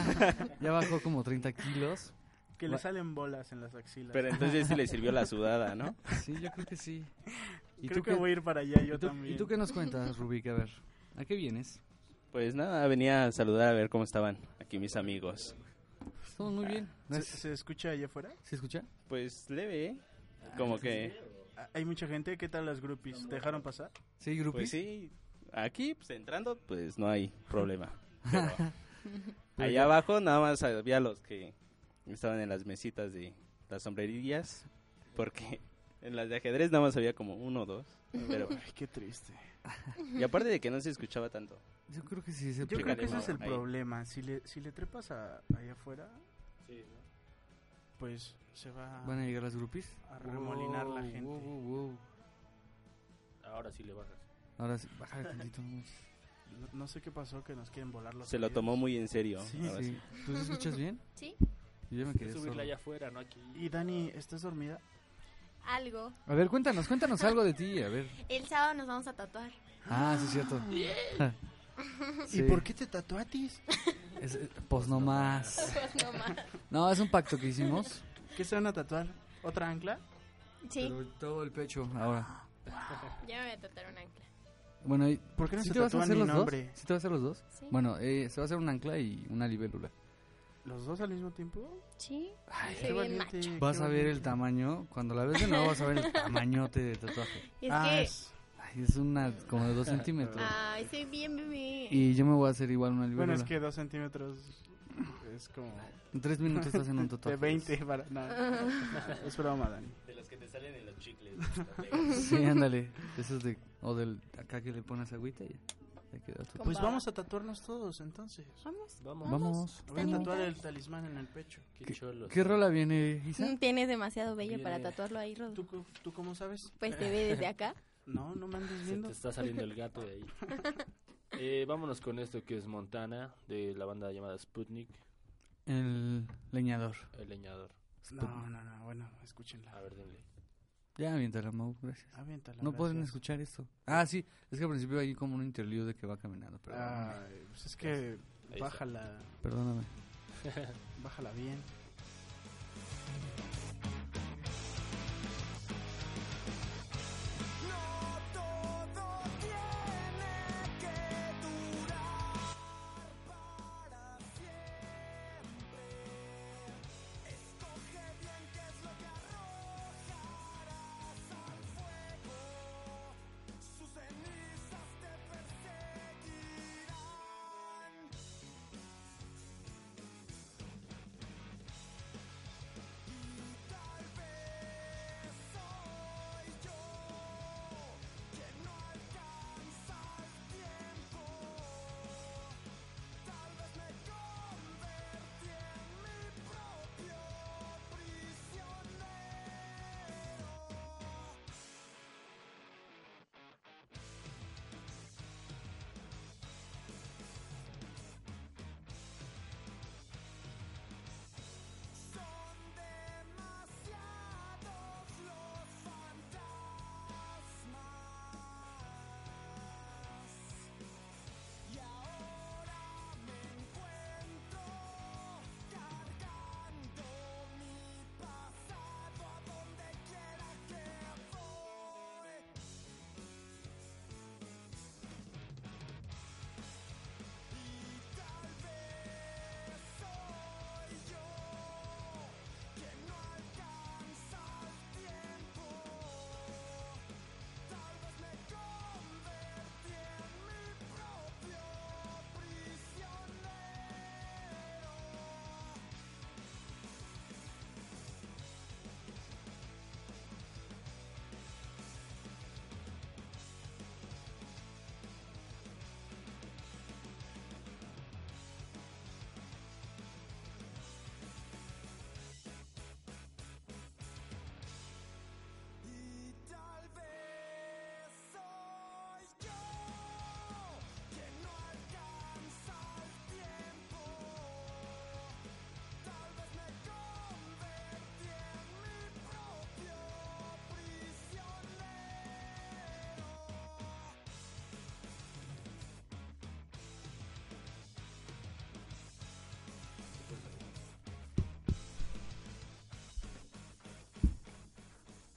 ya bajó como 30 kilos. Que Bueno. le salen bolas en las axilas. Pero entonces sí le sirvió la sudada, ¿no? Sí, yo creo que sí. Creo que voy a ir para allá yo ¿y tú- también. ¿Y tú qué nos cuentas, Rubik? A ver, ¿a qué vienes? Pues nada, venía a saludar a ver cómo estaban aquí mis amigos. Estamos muy bien. ¿Se, Gracias. se escucha allá afuera? ¿Se escucha? Pues leve, ¿eh? Como que... Ah, Hay mucha gente. ¿Qué tal las groupies? ¿Te dejaron pasar? Sí, Grupi. Pues sí, aquí pues, entrando pues no hay problema. Pero allá abajo nada más había los que estaban en las mesitas de las sombrerillas, porque en las de ajedrez nada más había como uno o dos. Pero, Ay, qué triste. y aparte de que no se escuchaba tanto. Yo creo que sí. Se Yo creo Chécale, que ese no, es el ahí. problema. Si le, si le trepas a, allá afuera, pues se va ¿Van a llegar las Grupis? a remolinar la Wow, gente. wow, wow, wow. Ahora sí le bajas. Ahora sí, bájale tantito. no manches. No, no sé qué pasó, que nos quieren volar los Se lo oídos. tomó muy en serio. ahora sí. Sí. ¿Tú te escuchas bien? Sí, Yo ya me quedé subirla sordo. allá afuera, no aquí. Y Dani, ¿estás dormida? algo. A ver, cuéntanos, cuéntanos algo de ti, a ver. El sábado nos vamos a tatuar. Ah, sí, es cierto. Sí. ¿Y por qué te tatuatis? Es- eh, pues no más. Pues no más. No, es un pacto que hicimos. ¿Qué se van a tatuar? ¿Otra ancla? Sí, Pero todo el pecho ahora. yo me voy a tatuar un ancla. Bueno, ¿y ¿Por qué no ¿sí se te vas a tatúan hacer mi los dos? nombre? ¿Sí te vas a hacer los dos? Sí. Bueno, eh, se va a hacer un ancla y una libélula. ¿Los dos al mismo tiempo? Sí. Ay, Soy bien macho. Vas a ver el tamaño, cuando la ves de nuevo vas a ver el tamañote de tatuaje. Es ah, que, es- Ay, es una como de dos centímetros. ay, soy bien bebé. Y yo me voy a hacer igual una libélula. Bueno, es que dos centímetros es como En tres minutos estás en un de tatuaje. 20 para... No, es broma, Dani. De los que te salen en los chicles. Sí, ándale. Eso es de... O del... Acá que le pones agüita y ya. Ahí quedó tu- Con Pues baba. vamos a tatuarnos todos entonces. Vamos. Vamos. Vamos. Voy a tatuar invitados. el talismán en el pecho. Qué, cholos. ¿Qué rola viene, Isa? Mm, Tienes demasiado bello para Viene. tatuarlo ahí, Rodo. ¿Tú, co- ¿Tú cómo sabes? Pues te ve desde acá. No, no me andes Se viendo. te está saliendo el gato de ahí. Eh, vámonos con esto que es Montana, de la banda llamada Sputnik, El leñador. el leñador. No, no, no, bueno, escúchenla. A ver, denle. Ya, mientras Mau, gracias. Aviéntala, No pueden gracias. escuchar esto. Ah, sí, es que al principio hay como un interlude de que va caminando, pero Ay, pues es que está. bájala, perdóname. bájala bien.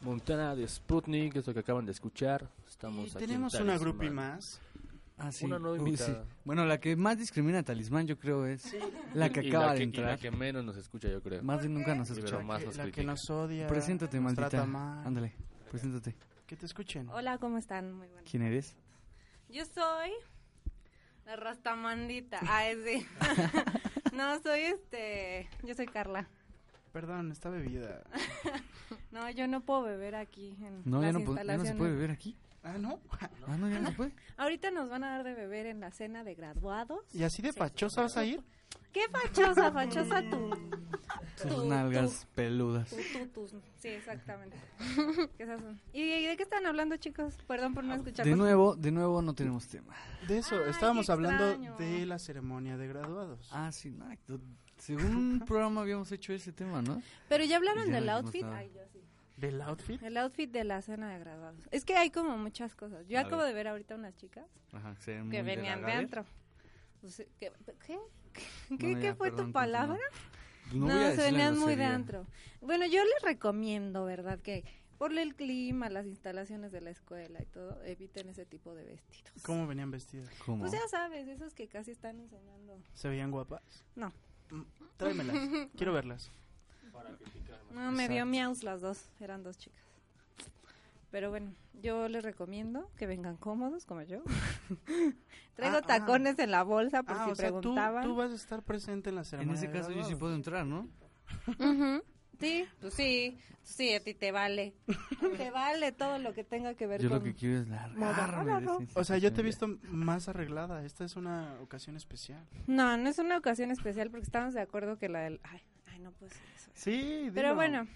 Montana de Sputnik, es lo que acaban de escuchar. Estamos Y aquí en tenemos una Talismán. grupi más. Ah, sí. Una nueva Uy, sí. invitada. Bueno, la que más discrimina a Talismán, yo creo, es la que acaba y la de que, y entrar. la que menos nos escucha, yo creo. Más de nunca nos Sí, escucha. pero más que- nos la que critica. nos odia. Preséntate, nos maldita. Trata mal. Ándale, preséntate. Que te escuchen. Hola, ¿cómo están? Muy buenas. ¿Quién eres? Yo soy la Rastamandita. Ah, es sí. no, soy este. Yo soy Carla. Perdón, está bebida. No, yo no puedo beber aquí. En No, ya las no, po- ya no se instalaciones. puede beber aquí. Ah, ¿no? Ah, no, ya no se puede. Ahorita nos van a dar de beber en la cena de graduados. ¿Y así de fachosa vas a ir? ¡Qué fachosa, fachosa tú! Tus nalgas peludas. Tú, tú, tus- Sí, exactamente. Esas son. ¿Y de qué están hablando, chicos? Perdón por no escucharlos. Ah, De nuevo, de nuevo no tenemos tema. De eso, Ay, estábamos qué hablando extraño. de la ceremonia de graduados. Ah, sí, no, tú- Según un programa habíamos hecho ese tema, ¿no? Pero ya hablaron Ya del no dijimos outfit. nada. Ay, yo sí. ¿Del outfit? El outfit de la cena de graduados. Es que hay como muchas cosas. Yo A acabo ver. de ver ahorita unas chicas Ajá, se ven muy que venían de delagadas. antro. Pues, ¿Qué? ¿Qué, qué, qué- Bueno, qué ya, fue perdón, tu palabra? continúa. No, voy a se decir la venían muy de grosería. antro. Bueno, yo les recomiendo, ¿verdad? Que por el clima, las instalaciones de la escuela y todo, eviten ese tipo de vestidos. ¿Cómo venían vestidas? ¿Cómo? Pues ya sabes, esos que casi están enseñando. ¿Se veían guapas? No. Mm, Tráemelas, quiero verlas. No, me vio Exacto. miaus las dos, eran dos chicas. Pero bueno, yo les recomiendo que vengan cómodos como yo. Traigo Ah, ah. tacones en la bolsa por Ah, si o sea, tú, preguntaban. tú vas a estar presente en la ceremonia. en ese de caso yo sí graduados. puedo entrar, ¿no? Ujú. Sí, pues sí, sí, a ti te vale. te vale todo lo que tenga que ver Yo con... lo que quiero es la... Moda. de esa O sea, yo te he visto institución más arreglada. Esta es una ocasión especial. No, no es una ocasión especial porque estamos de acuerdo que la del... Ay, ay no pues eso. Sí, Pero dilo. bueno,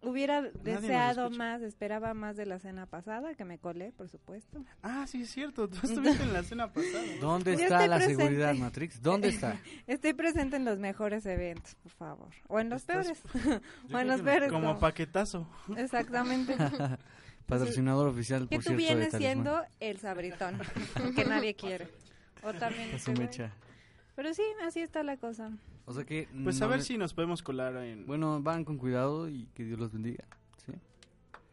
hubiera nos deseado escucha. más, esperaba más de la cena pasada, que me colé, por supuesto. Ah, sí, es cierto. Tú estuviste en la cena pasada. ¿Dónde Yo está estoy la presente. seguridad, Matrix? ¿Dónde está? Estoy presente en los mejores eventos, por favor. O en los Estás- peores. o en los Como peores. Como paquetazo. Exactamente. Patrocinador oficial, que por tú cierto, de vienes Talismán. siendo el sabritón, que nadie quiere. O también Esa este güey. mecha. Pero sí, así está la cosa. O sea que... Pues a no ver le- si nos podemos colar en... Bueno, van con cuidado y que Dios los bendiga. ¿sí?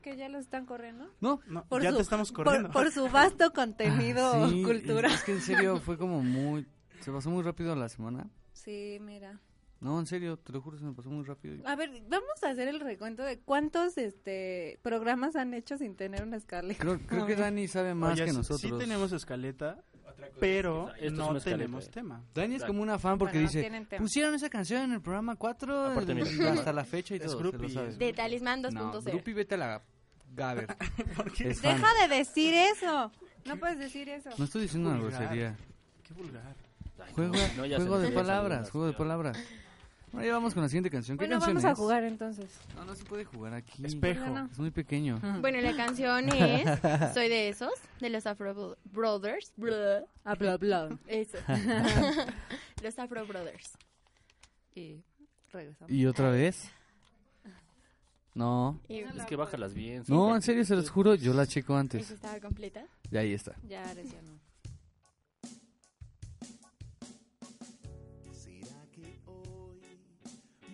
Que ya los están corriendo. No, No, Por ya su- te estamos por- corriendo. Por, su vasto contenido Ah, Sí, cultural. Es que en serio fue como muy... Se pasó muy rápido la semana. Sí, mira. No, en serio, te lo juro, se me pasó muy rápido. A ver, vamos a hacer el recuento de cuántos este programas han hecho sin tener una escalera. Creo, creo A que ver. Dani sabe más Oye, que sí- nosotros. Sí tenemos escaleta, cosa pero es que esto es no una escaleta, tenemos eh. tema. Dani es como una fan porque Bueno, dice, tienen tema. pusieron esa canción en el programa 4 Aparte, mira. hasta la fecha y Es todo, se groupie, lo sabes. De Talismán 2.0. No, Grupi, vete a la Gaber. Es fan. Deja de decir eso. No puedes decir eso. No estoy diciendo una vulgar. grosería. Qué vulgar. Ay, Juego, no, ya se juego me de palabras, olvidó saludarnos, juego de ya. palabras. Bueno, ya vamos con la siguiente canción. ¿Qué Bueno, canción vamos a es? jugar entonces. No, no se puede jugar aquí. Espejo. Bueno, Es muy pequeño. Ah. Bueno, la canción es Soy de esos, de los Afro Brothers. Blah. Ah, A bla bla. Eso. los Afro Brothers. Y regresamos. ¿Y otra vez? No. Y Es que bájalas bien. No, súper. en serio, se los juro, yo la checo esa antes. estaba completa. Y ahí está. Ya, ahora ya no. ¿Será que hoy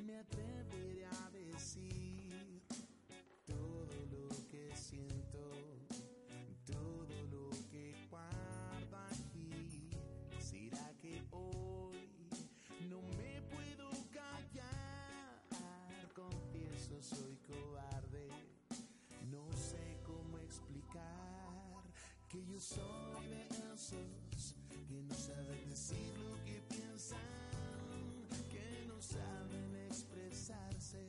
me atreveré a decir todo lo que siento, todo lo que guardo aquí? ¿Será que hoy no me puedo callar? Confieso, soy cobarde, no sé cómo explicar que yo soy de esos que no saben decir lo que piensan que no saben expresarse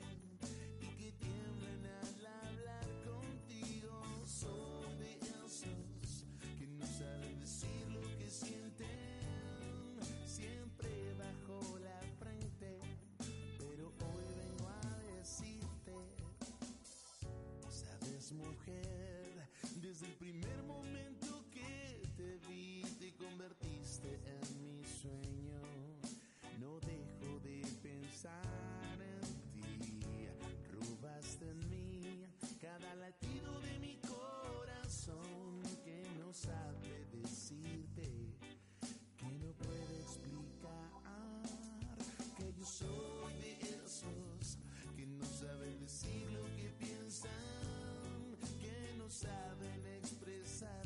y que tiemblan al hablar contigo. Soy de esos que no saben decir lo que sienten, siempre bajo la frente. Pero hoy vengo a decirte, sabes mujer, desde el primer momento que te vi te convertiste en mi sueño. No dejo de pensar en ti. Robaste en mí cada latido de mi corazón que no sabe decirte, que no puede explicar que yo soy de esos que no saben decir lo que piensan, que no saben expresar.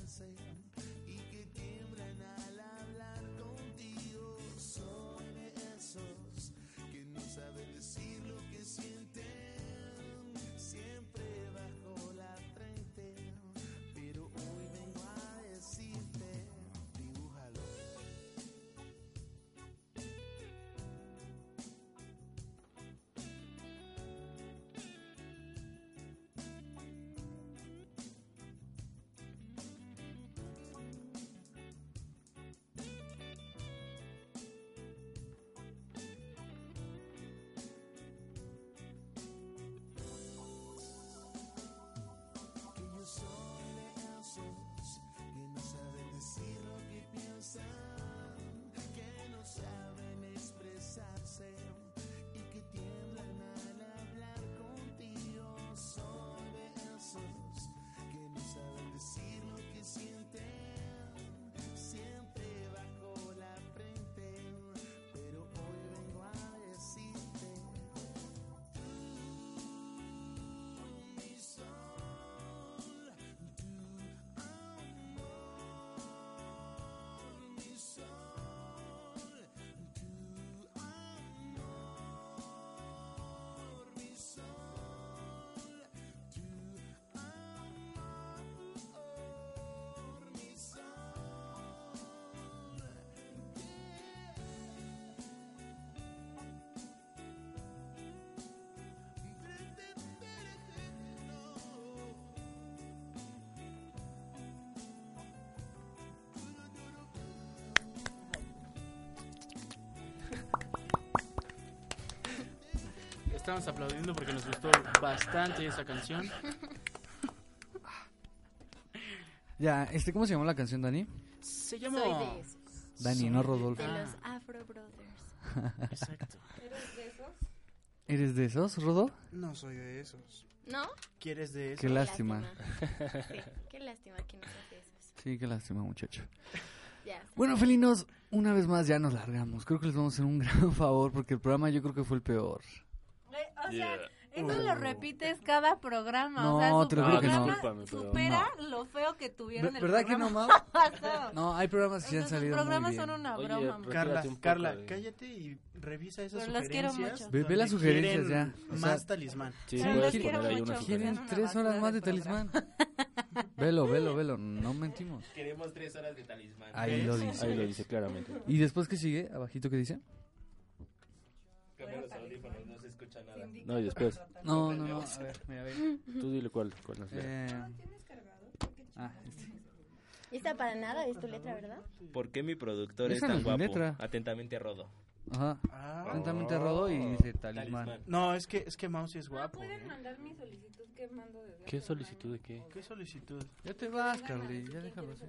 Estamos aplaudiendo porque nos gustó bastante esa canción. Ya, este, ¿cómo se llamó la canción, Dani? Se llama... Soy de esos. Dani, no Rodolfo. De Ah. los Afro Brothers. Exacto. ¿Eres de esos? ¿Eres de esos, Rodo? No soy de esos. ¿No? ¿Quieres de esos? Qué lástima. Sí, qué lástima que no seas de esos. Sí, qué lástima, muchacho. Ya. Bueno, felinos, una vez más ya nos largamos. Creo que les vamos a hacer un gran favor porque el programa yo creo que fue el peor. Eh, O sea, Yeah. eso Oh. lo repites cada programa. No, o sea, su te lo juro que no. programa Discúlpame, pero supera lo feo que tuvieron Ve- el ¿verdad que no, programa Mau? pasado. No, hay programas que sí han Entonces, salido Los programas muy bien. son una broma. man. Carla, retírate un poco Carla, de- cállate y revisa esas Pero los quiero sugerencias. mucho. Ve- ve las donde quieren sugerencias ya. O sea, Más talismán. Sí, Pero puedes los quiero poner ahí mucho, una sugerencia. son Quieren una tres horas basura más de de programa. Velo, velo, velo, no mentimos. Queremos tres horas de talismán. Ahí lo dice. Ahí lo dice claramente. ¿Y después qué sigue? ¿Abajito qué dice? Cambia los audífonos, no se escucha nada. No, y después. No, no, no, a ver, mira, ve. Tú dile cuál, cuál nos lea. Eh, ah, este. Y esta para nada es tu letra, ¿verdad? ¿Por qué mi productor Esa es no tan es mi guapo? letra. Atentamente Rodo. Ajá. Ah. Atentamente Rodo y dice talismán. No, es que, es que Mouse es guapo. Ah, Pueden ¿eh? mandar mi solicitud que mando desde ¿Qué solicitud de qué? ¿Qué solicitud? Ya te vas, Carly, ya déjalo así.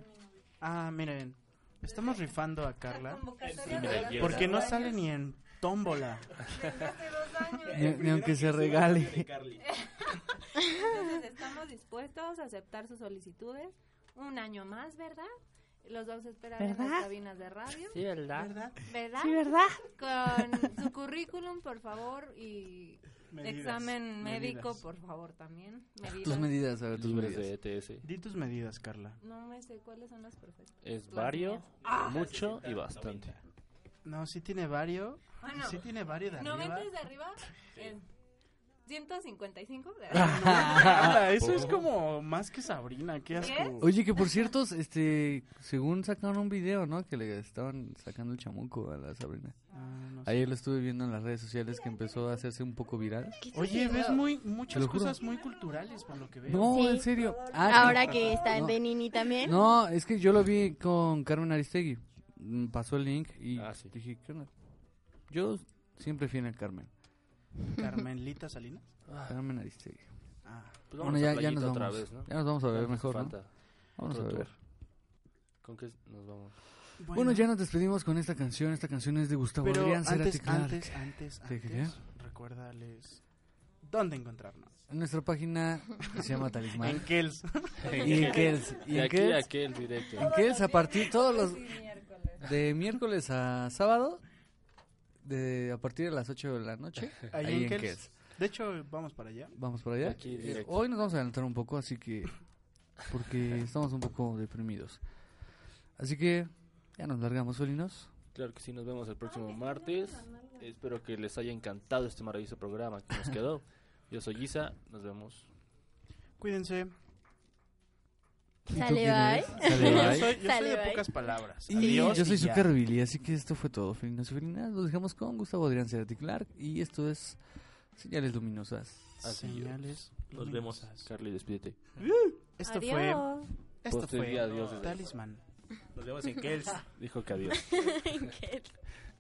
Ah, miren. Estamos rifando a Carla. convocatoria de las Porque no dos sale años. ni en tómbola. hace dos años. Ni, ni aunque se regale. Entonces estamos dispuestos a aceptar sus solicitudes un año más, ¿verdad? Los vamos a esperar en ¿Verdad? las cabinas de radio. Sí, Ah, ¿verdad? ¿Verdad? Sí, ¿verdad? Con su currículum, por favor, y Medidas, examen médico, medidas. por favor, también. Tus medidas, a ver, tus Libres medidas. de E ETS. Di tus medidas, Carla. No me sé cuáles son las perfectas. Es Las vario, mías. Ah, mucho y bastante. Pues No, sí tiene vario. Bueno, Sí tiene vario de arriba. 90 es de arriba. eh, 155 de Carla, arriba. Ah, eso es como más que Sabrina. Qué asco. Oh. Oye, que por cierto, este, según sacaron un video, ¿no? Que le estaban sacando el chamuco a la Sabrina. Ah, no sé. Ayer lo estuve viendo en las redes sociales que empezó a hacerse un poco viral. Oye, ves muy, Te muchas lo juro. cosas muy culturales por lo que veo. No, Sí. en serio. Ah, Ahora que está en No. de Nini también. No, es que yo lo vi con Carmen Aristegui. Mm, Pasó el link y Ah, sí. dije, ¿qué onda? Yo siempre fui en el Carmen. Carmelita Salinas. Carmen Aristegui. Ah, Pues Bueno, vámonos a ya, ya playita nos vamos. otra vez, ¿no? Ya nos vamos a Ya ver nos mejor, ¿no? falta Vamos a otro ver. tour. ¿Con qué nos vamos? Bueno. ya nos despedimos con esta canción. Esta canción es de Gustavo Pero Adrián Cerati antes, Clark. antes, antes, ¿Te quería? antes, recuérdales dónde encontrarnos. En nuestra página que se llama En Talismán. Kells. y en Kells. Y De en aquí a Kells. aquel directo. En Kells a partir todos los... miércoles. De miércoles a sábado. De, a partir de las 8 de la noche. Ahí, en Kells. Kells. De hecho, vamos para allá. Vamos para allá. Aquí, Eh, directo. hoy nos vamos a adelantar un poco, así que. Porque estamos un poco deprimidos. Así que. Ya nos largamos, Solinos. Claro que sí, nos vemos el próximo martes. Espero que les haya encantado este maravilloso programa que nos quedó. Yo soy Isa, nos vemos. Cuídense. ¿Y tú Sale, quién eres? bye. Sale, Yo bye. soy, yo soy Sale, de bye. pocas palabras. Y Adiós yo soy y ya. Zuckerbilly, así que esto fue todo, Felinos y Felinas. Los dejamos con Gustavo Adrián Cerati Clark. Y esto es Señales Luminosas. Así es. Señales. Nos vemos. luminosas. Carly, despídete. Esto Adiós. fue. Esto Postería, fue. adiós. Talismán. Nos vemos en Kells. Dijo que adiós. ¿Qué? ah,